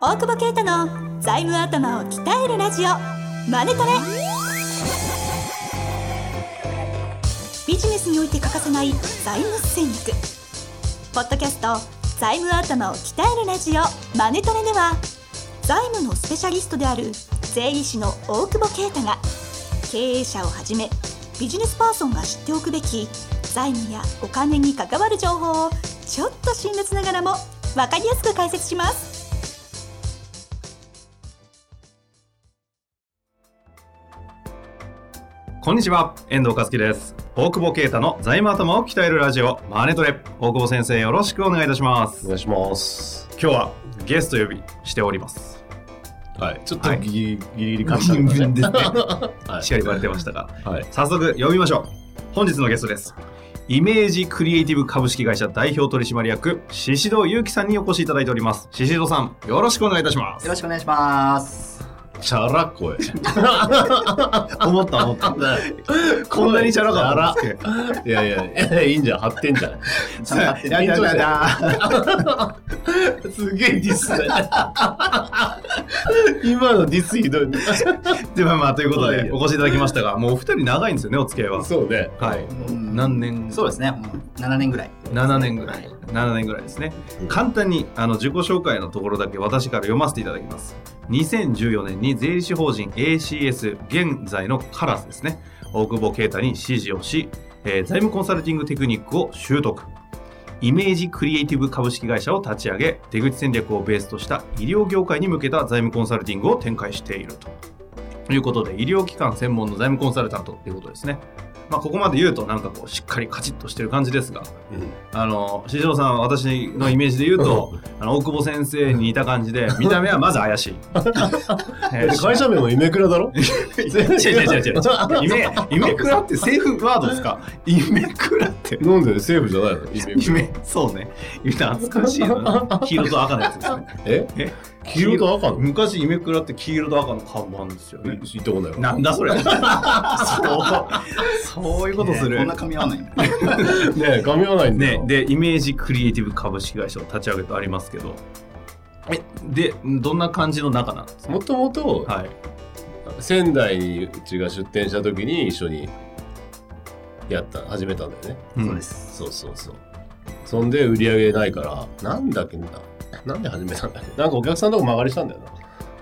大久保啓太の財務頭を鍛えるラジオマネトレビジネスにおいて欠かせない財務戦略ポッドキャスト財務頭を鍛えるラジオマネトレでは財務のスペシャリストである税理士の大久保啓太が経営者をはじめビジネスパーソンが知っておくべき財務やお金に関わる情報をちょっと辛辣ながらも分かりやすく解説しますこんにちは、遠藤和樹です。大久保啓太の財務頭を鍛えるラジオマネトレ。大久保先生、よろしくお願いいたしまおす。願いします。今日はゲスト呼びしております。はい。ちょっはといギリギリギリガ 感チじャたンんピだンね。ですね。はいしっかりバレてましたが、はい。早速呼びましょう。本日のゲストです。イメージクリエイティブ株式会社代表取締役宍戸勇樹さんにお越しいただいております。宍戸さん、よろしくお願いいたしまよすろ。しくお願いします。チャラ声。思った思った。 こんなにチャラかったん ですいやいやいやいいんじゃん。張ってんじゃん。けど。やだやだやだすげえディスだ。 今のディスひどい。 でまあまあということそうだでよお越しいただきましたが、もうお二人長いんですよねお付き合いは。そうね。はい。うん何年そうですね。7年ぐらい。 7年ぐらい7年ぐらいですね、うん簡単にあの自己紹介のところだけ私から読ませていただきます2014年に税理士法人 ACS 現在のカラスですね大久保啓太に指示をし、えー財務コンサルティングテクニックを習得イメージクリエイティブ株式会社を立ち上げ出口戦略をベースとした医療業界に向けた財務コンサルティングを展開しているとということで医療機関専門の財務コンサルタントっていうことですねまあここまで言うとなんかこうしっかりカチッとしてる感じですがあの四条さんは私のイメージで言うとあの大久保先生に似た感じ で見た目はまず怪 しい。えで会社名もイメクラだろ。違う違う違う 違うイメイメクラってセーフワードですかイメクラってなんでセーフじゃないの？イメイメそうねイメ懐かしい な黄色と赤のやつですねえ え？黄色と赤の？昔イメクラって黄色と赤の看板ですよね行ったことないわなんだそ れそうそういうことするこんな噛み合わないんだ。ねえ噛み合わないんだねよ、。でイメージクリエイティブ株式会社を立ち上げてありますけどえでどんな感じの中なんですか、もともとはい、仙台にうちが出店した時に一緒にやった始めたんだよね。そうですす。そうそうそう。そんで売り上げないから、なんだっけな、なんで始めたんだっけなんかお客さんとこ曲がりしたんだよな。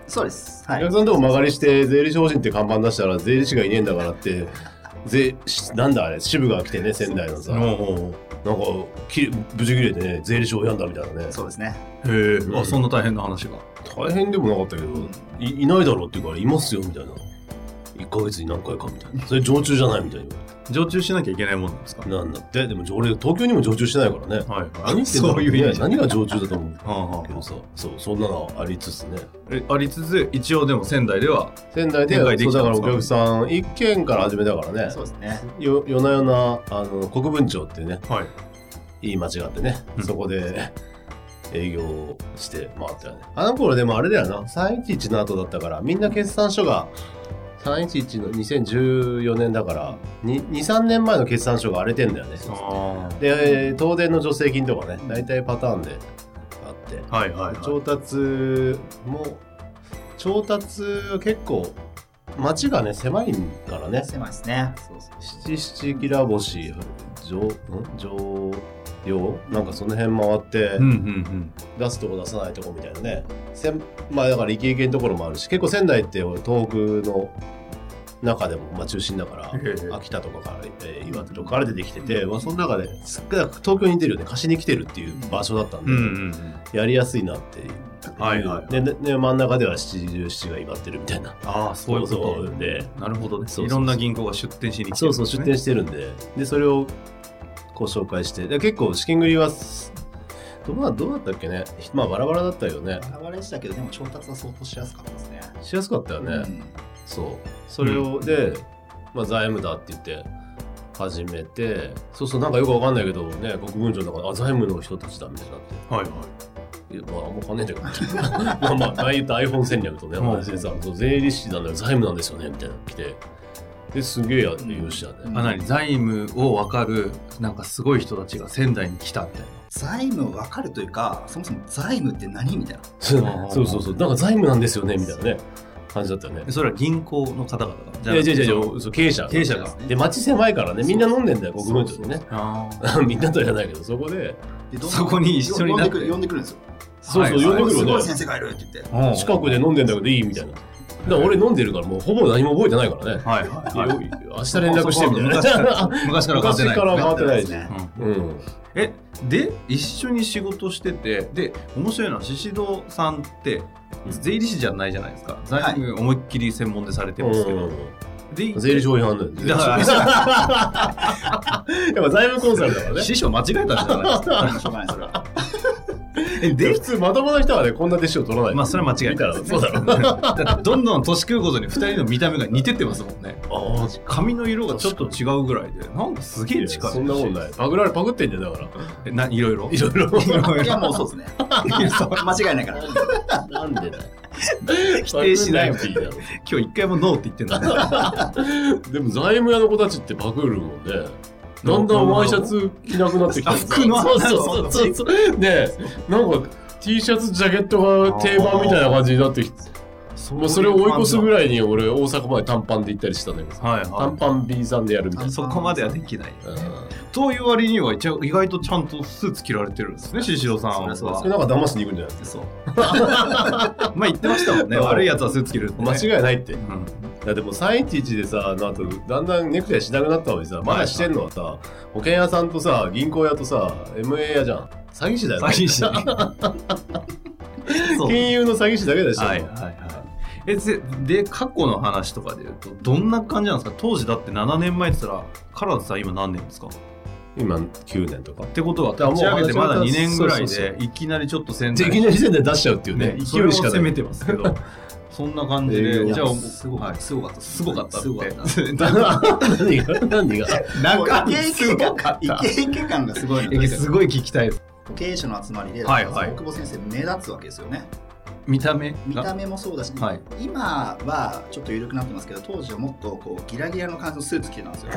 そうです。はおい客。さんとこ曲がりして、税理士法人って看板出したら、税理士がいねえんだからって、税しなんだあれ、支部が来てね、仙台のさ、なんかおき、無事切れてね、税理士をやんだみたいなね。そうですね。へえ、うんあそんな大変な話が大変でもなかったけど、いいないだろうって言うから、いますよみたいな。1ヶ月に何回かみたいな。それ常駐じゃないみたい常駐しなきゃいけないもんなんですか、な。なんだって、でも俺、東京にも常駐してないからね。はい何言ってんだ ろそういうイメーねジ何が常駐だと思うはあはけどさ、そう、そんなのありつつね。あえありつつ一応でも仙台では仙台で展開でそきうただんかでらすおか客さん一軒から始めたからねそうですね。よ夜な夜なあの国分町っていうねはいいい町があってね、うんそこで営業して回ったよねあの頃でもあれだよな311の後だったからみんな決算書が311の2014年だから23年前の決算書が荒れてんだよねあで東電の助成金とかね大体パターンであってあはいはいはい調達も調達は結構町がね狭いからね狭いですね。そうそう七七きら星上ん上陽なんかその辺回ってうんうん出すとこ出さないとこみたいなね、せんまあだからイケイケのところもあるし結構仙台って東北の中でも、まあ、中心だからへえ秋田とかから、えー岩手とかから出てきてて、まあ、その中ですっごい東京に出るよね貸しに来てるっていう場所だったんうで、んうんうんうんやりやすいなっていうはいはいはいででで真ん中では七十七が威張ってるみたいなああそういうことそうでなるほどねそうそうそういろんな銀行が出店しに来てそるうんですそねう出店してるんででそれをこう紹介してで結構資金繰りはすどうなどうだったっけねまあバラバラだったよねバラバラでしたけど、でも調達は相当しやすかったですね。しやすかったよね、うんそうそれを、で、まあ、財務だって言って始めてそうそうなんかよくわかんないけどね国分庁だからあ財務の人たちだみたいになってはいはいいやまあ、あんま変わんないんだけど。まあまあ、ああ言った iPhone 戦略とね、うん私でさ、そう税理士なのよ、財務なんですよね、みたいなの来て。で、すげえやって言うしだね。うんあなに財務を分かるなんかすごい人たちが仙台に来たみたいな財務分かるというか、そもそも財務って何みたいな。そうあー そうそうそうなんか財務なんですよねみたいなね感じだったよねでそれは銀行の方々がいやいやいやいやそう経営者経営者がで街狭いからねみんな飲んでんだよそう国分町でね あーみんなとは言わないけどそこででどんどんそこに一緒になって呼んでくる呼んでくるんですよ。そうそうはい呼んであくるすごよいね先生がいるって言って。うん近くで飲んでんだけどいいみたいなだから俺飲んでるからもうほぼ何も覚えてないからねはいはいはいいや明日連絡してみたいなそこは昔から変わって昔ないから変わってないしねうん うんえで一緒に仕事しててで面白いのは宍戸さんって税理士じゃないじゃないですか財務思いっきり専門でされてますけど、うでん税理士法違反なんだよねだ からやっぱ財務コンサルだからね師匠間違えたんじゃないですか しょうがないそれは。え 普で通まともな人はねこんな弟子を取らないまあそれは間違い見たならいそうだろうねだってどんどん年食うごとに2人の見た目が似てってますもんねああ髪の色がちょっと違うぐらいでなんかすげえ近いそんなもんないパクられパクってんじゃんだからえないろいろいろいろいろいろいや、もう そうですね。間違いないから。なんでだよ。否定しないもんパクんなくていい今日一回もノーって言ってんだ だろでも財務屋の子たちってパクるもんね。だんだんワイシャツ着なくなってきた。あ服のそうそうそうそう。ねえ、なんか T シャツジャケットが定番みたいな感じになってきて、そもうそれを追い越すぐいらいに俺大阪まで短パンで行ったりしたんだけど、はい短はパン B さんでやるみたいいな。そこまではできないうんという割には一応意外とちゃんとスーツ着られてるんですね宍戸さんはそうそうそれなんか騙しに行くんじゃない そうまあ言ってましたもんねそう悪いやつはスーツ着るってね、間違いないって。うんいやでも311でさ、あの後だんだんネクタイしなくなったのにさ、まだしてんのはさ、保険屋さんとさ、銀行屋とさ、MA 屋じゃん。詐欺師だよ、ね。詐欺師 そう金融の詐欺師だけだし。はいはいはいえぜで過去の話とかで言うとどんな感じなんですか当時だって7年前って言ったら唐田さん今何年ですかっ今9年とか。てことはだからもう立ち上げてまだ2年ぐらいそうそうでいきなりちょっと仙で台きなり線で出しちゃうっていうね、ね、そ勢れいをしか攻なめい。てますけどそんな感じでいやじゃあすごかった。すごかった。すごかったってすごか った。何が何が中イ身ケイすケご感かっイたケイケ感がすごいのえでですごい聞きたいです経営者の集まりで、ははいいはい大久保先生目立つわけですよね見た目が見た目もそうだし、はい今はちょっと緩くなってますけど当時はもっとこうギラギラの感じのスーツ着てたんですよ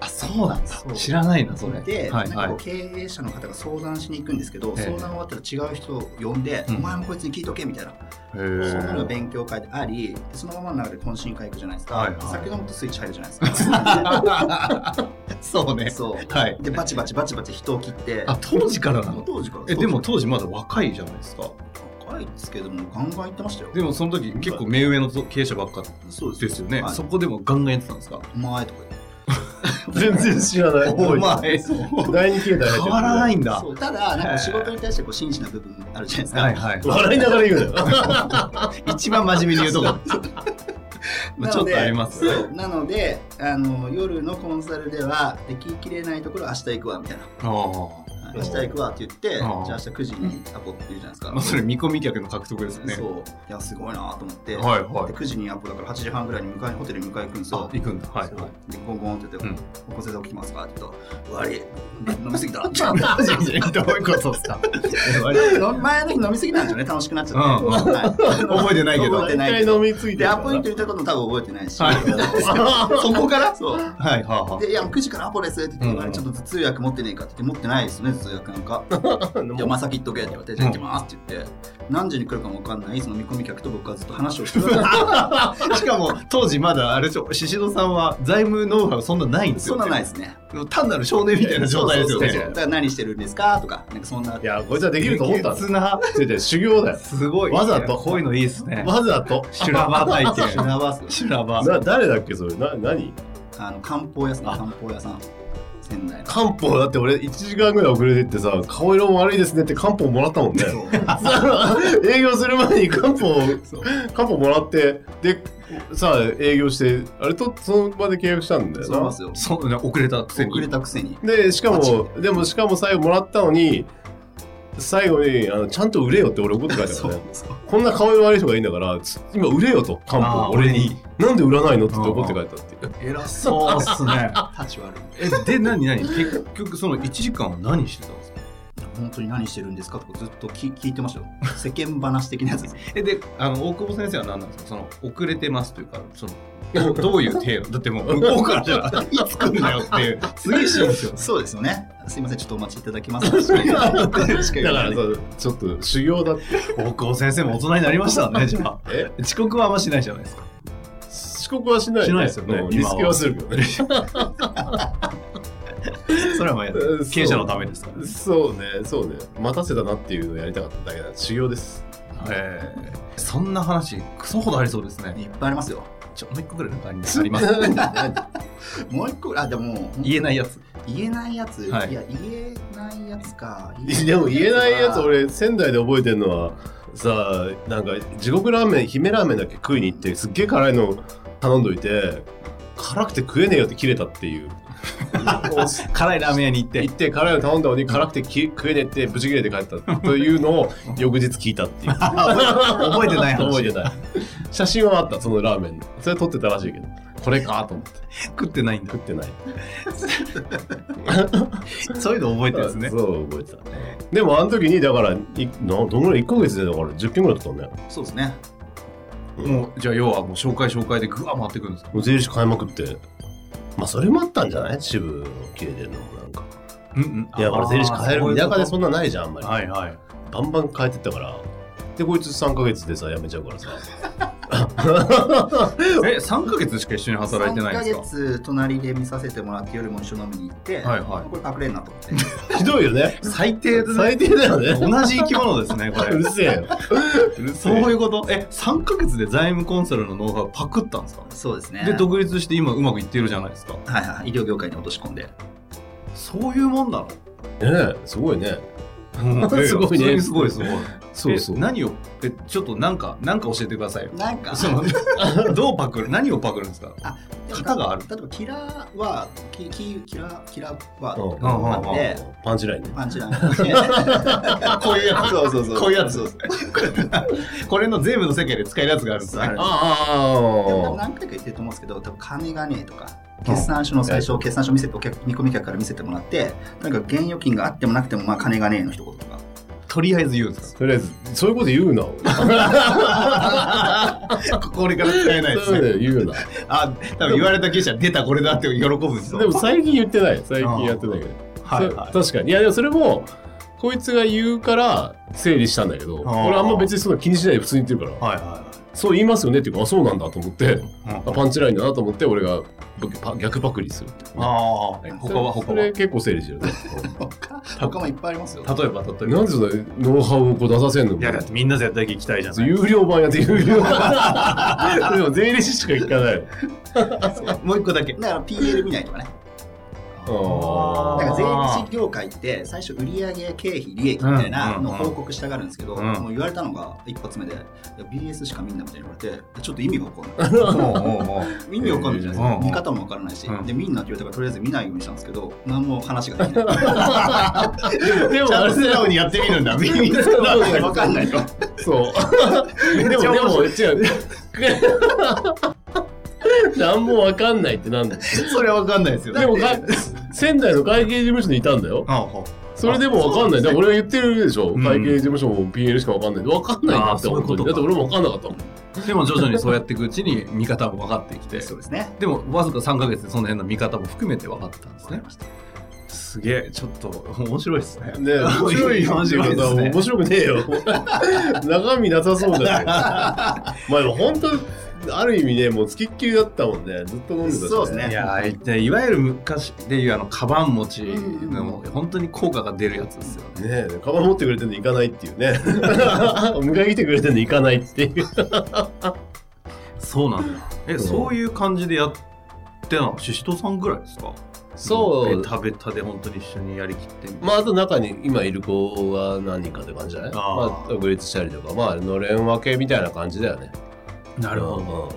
あそうなんだそう知らないなそれで、はいなんかはこうい経営者の方が相談しに行くんですけど、ええ相談終わったら違う人を呼んで、うんお前もこいつに聞いとけみたいな、へそんなのがー勉強会でありそのままの中で懇親会行くじゃないですか、はいはい酒飲むとスイッチ入るじゃないですか そうねそうはいでバチバチバチバチ人を切ってあ当時からなもうの当時からえでも当時まだ若いじゃないですか若いですけどもガンガン行ってましたよでもその時結構目上の経営者ばっかそうですですよねはいそこでもガンガンやってたんですかお前とか全然知らない。おい。前第二形態入って。変わらないいん言っだてそうただなんか仕事に対してこう真摯な部分あるじゃないですか、はいはい笑いながら 言うのよ。一番真面目に言うとこまあなちょのっでとありますよねそうなのであの夜のコンサルではでききれないところ明日行くわみたいなあーはい明日行くわって言ってじゃあああ明日9時にアポって言うじゃないですか、まあそれ見込み客の獲得ですねそういやすごいなと思って、はいはいで9時にアポだから8時半ぐらいに迎えホテルに迎え行くんですあよ行くんだはいそうでゴンゴンって言ってうん「お子さん起きますか?」って言うと「 悪い飲みすぎた」ど ういうことですか前の日飲みすぎたんですよね楽しくなっちゃって、うんうんはい 覚えてないけど覚えてない一回飲みついてでるかアらポイント言ったことも多分覚えてないし、はいそこから そうはいはあはあで「いや9時からアポです」って言って、うんうんちょっと頭痛薬持ってねえかって言って持ってないですね頭痛薬なんか「じゃあお前先行っとけ」って言われて「じゃあ行きます」って言って何時に来るかも分かんないその見込み客と僕はずっと話をしてたしかも当時まだあれでしょ宍戸さんは財務ノウハウ そんなないんですそよんね、なんないですね単なる少年みたいな状態ですよそうそうそうねだから何してるんですかとかなんかそんないや、こいつはできると思ったんだ激な違う違う修行だよ。すごいわざとこういうのいいですねわざと。 修羅場体シ験ナバース修羅場な誰だっけそれな何あの漢方屋さん漢方屋さん仙台の漢方だって俺1時間ぐらい遅れてってさ顔色も悪いですねって漢方もらったもんね 営業する前に漢方漢方もらってでさあ営業してあれとその場で契約したんだよそうなんなですよそうね遅れたくせに遅れたくせにでしかもでもしかも最後もらったのに最後にあのちゃんと売れよって俺怒ってたかそらうねそうこんな顔色悪い人がいいんだからつ今売れよと漢あ方ー俺になんで売らないのって言って怒って帰あったっていう偉そうっすね立ち悪いえで何何結局その1時間は何してたんですか本当に何してるんですかとかずっと聞聞いてましたよ世間話的なやつですえであの大久保先生は何なんですかその遅れてますというかそのど どういう程度だってもう向こうからじゃあいつ来るんだよっていうすげえシーンですよそうですよねすいません、ちょっとお待ちいただきます。しか言わないしかだ言かわならいそうちょっと修行だって大久保先生も大人になりました ね、じゃあ。え遅刻はあんましないじゃないですか。遅刻はしない、しないですよねうんリ今スはケはするけ どねそれはまあやうん経営者のためですからね。そうねそうね待たせたなっていうのをやりたかっただけなんで修行 ですえーそんな話、クソほどありそうですね。いっぱいありますよ。ちょ、もう一個ぐらいなんかありありますもう一個、あ、でも、 言えない やつ。言えないやつ、はいい、や、言えないやつか。でも言えないやつは、俺仙台で覚えてるのはさあなんか地獄ラーメン姫ラーメンだけ食いに行ってすっげえ辛いの頼んどいて辛くて食えねえよって切れたっていう辛いラーメン屋に行って行。って辛いの頼んだのに辛くてき食えねえってブチ切れて帰ったというのを翌日聞いたっていう覚えてない話覚えてない写真はあったそのラーメンのそれ撮ってたらしいけどこれかと思って食ってないんだ食。ってないそういうの覚えてるんですね。そう覚えてたでもあの時にだからいなどんぐらい1ヶ月でだから10件ぐらいだったんだよそうですね。もう、じゃあ要はもう紹介紹介でぐわ回ってくるんですか。もう税理士買いまくってまあそれもあったんじゃない支部切れてるのもなんかうんうんいや俺税理士買える田舎でそんな。なないじゃんあんまり、はいはい。バンバン変えてったからでこいつ3ヶ月でさ辞めちゃうからさえ、3ヶ月しか一緒に働いてないんですか3ヶ月隣で見させてもらって夜も一緒飲みに行って、はいはいこれ隠れんなと思って。ひどいよね最低だね。最低だよね同じ生き物ですね、こ うれる。せえようるそういうことえ、3ヶ月で財務コンサルのノウハウパクったんですかそうですね。で、独立して今うまくいってるじゃないですか。はいはい、医療業界に落とし込んで。そういうもんなのねえすごいねうんすごいね普通に すごいすごい。そうそうえ何を、え、ちょっとなんか、なんか教えてくださいよ。 なんか、そのどうパクる何をパクるんですか型がある例えば、キラーは、キキキラー、キラーワーうドとんかあって、パンチラインねパン チラインがあってこういうやつ。そうそうそう。こういうやつ そうそうこれの税務の世界で使えるやつがあるんですねあるでも多分ああ何回か言ってると思うんですけど、多分金がねえとか、決算書の最初、決算書見せて、お客、見込み客から見せてもらって、とにかく現預金があってもなくても、まあ金がねえの一言とか。とりあえず言うん ですとりあえずそういうこと言うなかこれから使えないですそうねだよ言うなあ多分言われた経営者出たこれだって喜ぶんですよでも最近言ってない最近やってないけどはいそはい確かにいやでもそれもこいつが言うから整理したんだけどあー俺あんま別にそんな気にしないで普通に言ってるからはいはそう言いますよねっていうかあそうなんだと思っていはい、うんあパンチラインだなと思って俺がぶパ逆パクリするっていうねああ他はそ他は例れそれ結構整理し てるね他他もいっぱいありますよ。えば例えばなんでそんなノウハウをこう出させんのいやだってみんな絶対聞きたいじゃん有料版やって有料版でも税理士しか聞かないもう一個だけだから PL 見ないとかね。あだから税あ理士業界って最初売上経費利益みたいなのを報告したがるんですけど、うんうんうんもう言われたのが一発目でいや BS しか見んなみたいに言われてちょっと意味が分かんないもうも意味わかんないじゃうんないですかうん見方も分からないし、うんで見んなって言われたからとりあえず見ないようにしたんですけど何も話ができないでうもちあゃんれと素直にやってみるんだ耳のそうそう分かんないよそうでもちゃで面も違う何もわかんないってなんだそれは分かんないですよでもか仙台の会計事務所にいたんだよ。ああそれでも分かんない。だから俺が言ってるでしょ。ん会計事務所も PL しか分かんない。分かんないなってあーそういう本こ当とかに。だって俺も分かんなかったもん。でも徐々にそうやっていくうちに見方も分かってきてそうですねでもわずか3ヶ月でその辺の見方も含めて分かったんです分かねりましたすげえちょっと面白いですねね面白い面白いですね面白くねえよ。 中身なさそうだよ。まあでも本当、ある意味ね、もう付きっきりだったもんね。ずっと飲んでたし、そうですねいやーでいわゆる昔でいうあのカバン持ちのう本当に効果が出るやつですよねねえ、カバン持ってくれてんの行かないっていうね。 迎え来てくれてんの行かないっていう。そうなんだえそうそういう感じでやってなししとさんぐらいですかベタベタで本当に一緒にやりきってみてまあ、あと中に今いる子が何人かって感じじゃないあーまあ、独立したりとか、まあ、のれん分けみたいな感じだよね。など。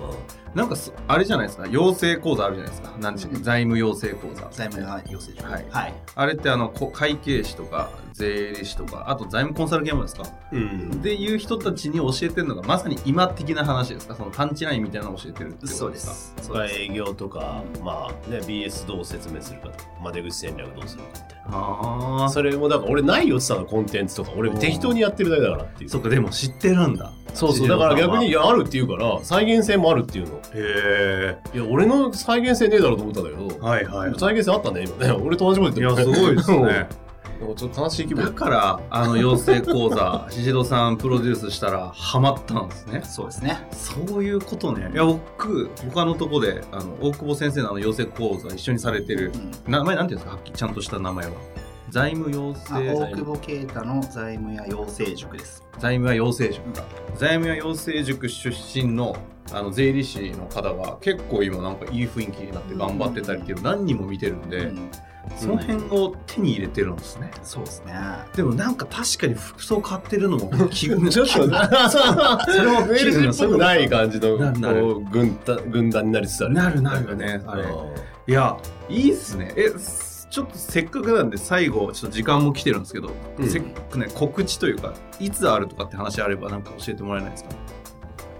なんかそあれじゃないですか養成講座あるじゃないですかなんでしたっけ財務養成講座財務の要請状はいはい、あれってあのこ会計士とか税理士とかあと財務コンサル現場ですかうん。っていう人たちに教えてるのがまさに今的な話ですかそのパンチラインみたいなのを教えてるってことそうでかすそれは営業とか、まあ、ね、BS どう説明するかとか、まあ、出口戦略どうするかみたいあな。あそそれも、だから俺ないよって言ってたの、コンテンツとか。俺うん適当にやってるだけだからっていう。そっかでも知ってるんだそうそうだから逆にいやあるっていうから再現性もあるっていうのへいや俺の再現性ねえだろうと思ったんだけど、えはいはいい再現性あったね今ね 俺と同じこと言やってす ごいですねうんちょっと悲しい気分だからあの養成講座 宍戸さんプロデュースしたらハマったんですねそうですね。そういうことねいや僕他のとこであの大久保先生のあの養成講座一緒にされてるうん名前なんていうんですかはっきりちゃんとした名前は財務養成あ大財久保啓太の財務や養成塾です。務は養成塾か財務や養成塾出身のあの税理士の方が結構今なんかいい雰囲気になって頑張ってたりっていうの何人も見てるんで、うんその辺を手に入れてるんですね、そうですね。でもなんか確かに服装買ってるのも気分 ちょっとねそれもウェールズっぽくない感じのなるなるこう軍団軍団になりつつあるなるなるよねあれいやいいっすねえすちょっとせっかくなんで最後ちょっと時間も来てるんですけど、うんせっかくね告知というかいつあるとかって話あればなんか教えてもらえないですか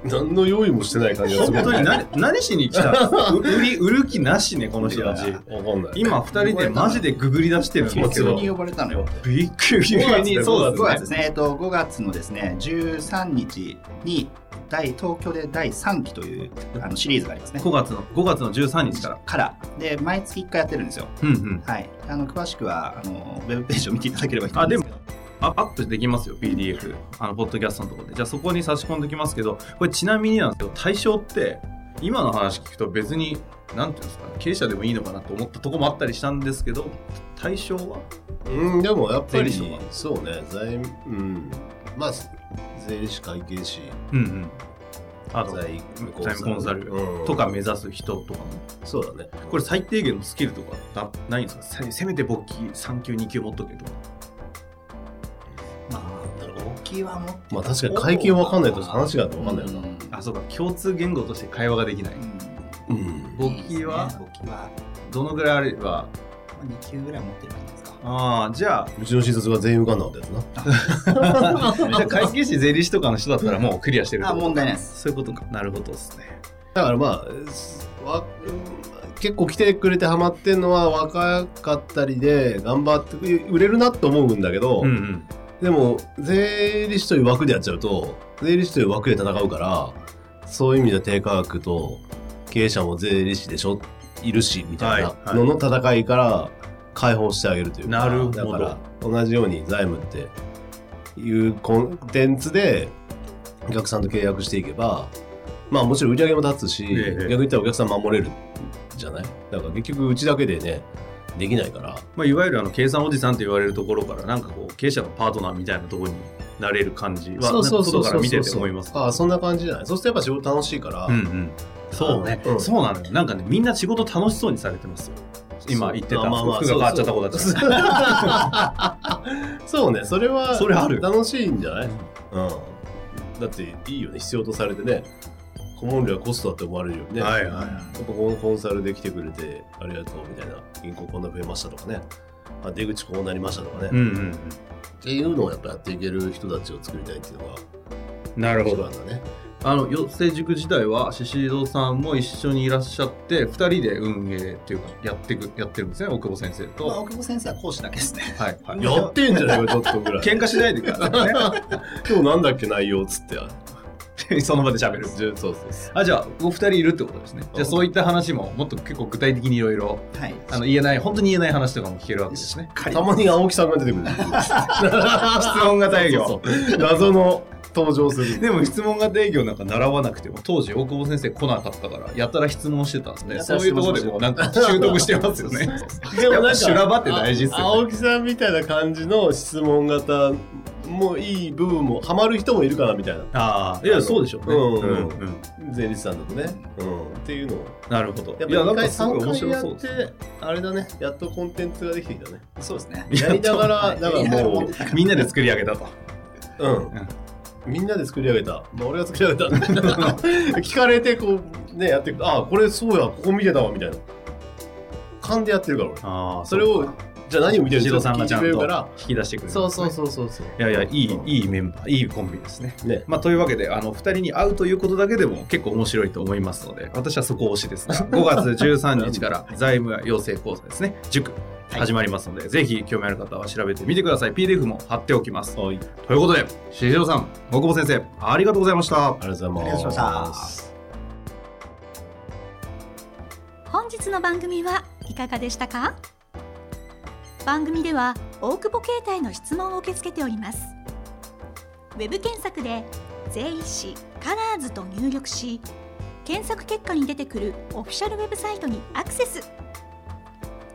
何の用意もしてない感じがす本ごい当に何何しに来たんです かう売り売る気なしねこの人たいちやわかんない今2人でマジでググり出してるんですけ急どに呼ばれたのよ。びっくりそうなんです急にねそう5だね月ですね。えっと5月のですね13日に第東京で第3期というあのシリーズがありますね。 5月の5月の13日からからで毎月1回やってるんですよ。うんうんはい。あの詳しくはあのウェブページを見ていただければいいとあ思でいまもすけど。あアップできますよ PDF あのポッドキャストのところでじゃあそこに差し込んできますけどこれちなみになんですけど対象って今の話聞くと別になんていうんですか経営者でもいいのかなと思ったとこもあったりしたんですけど対象はうんでもやっぱ税理士りはそうね財務うんまあ税理士会計士うんうんあと財務コンサ財ル務コンサルうんとか目指す人とかもそうだねこれ最低限のスキルとかなないんですかせせめて簿記3級2級持っとけとかまなるほあど大きいは持ってまあ確かに会計わかんないと話が分かんないよなうんあそうか共通言語として会話ができないうん簿記は簿記はどのぐらいあればまあ2級ぐらい持ってるんですか。ああじゃあうちの新卒が全員受かんなかったやつなじゃあ 会計士税理士とかの人だったらもうクリアしてるあ問題ないです。そういうことかなるほどですねだからまあすわうん結構来てくれてハマってんのは若かったりで頑張って売れるなと思うんだけど、うんうんでも税理士という枠でやっちゃうと税理士という枠で戦うからそういう意味では低価格と経営者も税理士でしょいるしみたいはないはのの戦いから解放してあげるというかなるほどだから同じように財務っていうコンテンツでお客さんと契約していけばまあもちろん売り上げも立つし、ええ逆に言ったらお客さん守れるじゃないだから結局うちだけでねできないからまあ、いわゆるあの計算おじさんと言われるところからなんかこう経営者のパートナーみたいなところになれる感じはなんか外から見てて思いますあそんな感じじゃないそうするとやっぱ仕事楽しいから、うんうんそうね、うんそうなのよなんかねみんな仕事楽しそうにされてますよ今言ってたあまあまあ服が変わっちゃったことだった そうねそれはそれある楽しいんじゃない、うん、だっていいよね必要とされてね顧問料はコストだって思われるよね、はいやっはいぱこのコンサルで来てくれてありがとうみたいな銀行こんな増えましたとかねあ出口こうなりましたとかね、 うんっうんていうのをやっぱやっていける人たちを作りたいっていうのがうんなる一ほど番だねあの養成塾自体は宍戸さんも一緒にいらっしゃって2人で運営っていうかやってくやってるんですね大久保先生と、まあ大久保先生は講師だけですね。はい はいよやってんじゃないかちょっとぐらい 喧嘩しないでくださいね今日なんだっけ内容っつって その場で喋る。じゅそうそうそうあじゃあお二人いるってことですね。じゃあそういった話ももっと結構具体的にいろいろはい。あの言えない本当に言えない話とかも聞けるわけですね。仮たまに青木さんが出てく る質問型営業。そうそうそう謎の登場するでも質問型営業なんか習わなくても当時大久保先生来なかったからやたら質問してたんですね。やそうたらいう質と問ころでしますよもうなんか習得してますよ ね。で やっぱ修羅場って大事っすよねあ青木さんみたいな感じの質問型もいい部分もハマる人もいるかなみたいなああいやそうでしょうね。うんうんうん税理士さんだとね、うん、っていうのをなるほど。やっいやなぱんりか一すご回い面3回白やそうっですてね。あれだねやっとコンテンツができてきたねそうですね。やりながらはいだからもう、みんなで作り上げたと。うんん、みんなで作り上げた、まあ、俺が作り上げた 聞かれてこうねやっていくあこれそうやここ見てたわみたいな勘でやってるから俺ああそれをじゃあ何を見てる宍の戸さんがちゃん聞いてくれるかとら引き出してくれる。そうそうそうそうそういやいや、いい、いいメンバー、いいコンビですね。ねまあ、というわけで、あの、二人に会うということだけでも結構面白いと思いますので、私はそこ推しですが、5月13日から財務や養成講座ですね、塾、始まりますので、ぜひ興味ある方は調べてみてください PDF も貼っておきます、ということで獅子郎さん大久保先生ありがとうございましたありがとうございありがまとうごすざいました本日の番組はいかがでしたか番組では大久保携帯の質問を受け付けておりますウェブ検索で「税理士カラーズと入力し検索結果に出てくるオフィシャルウェブサイトにアクセス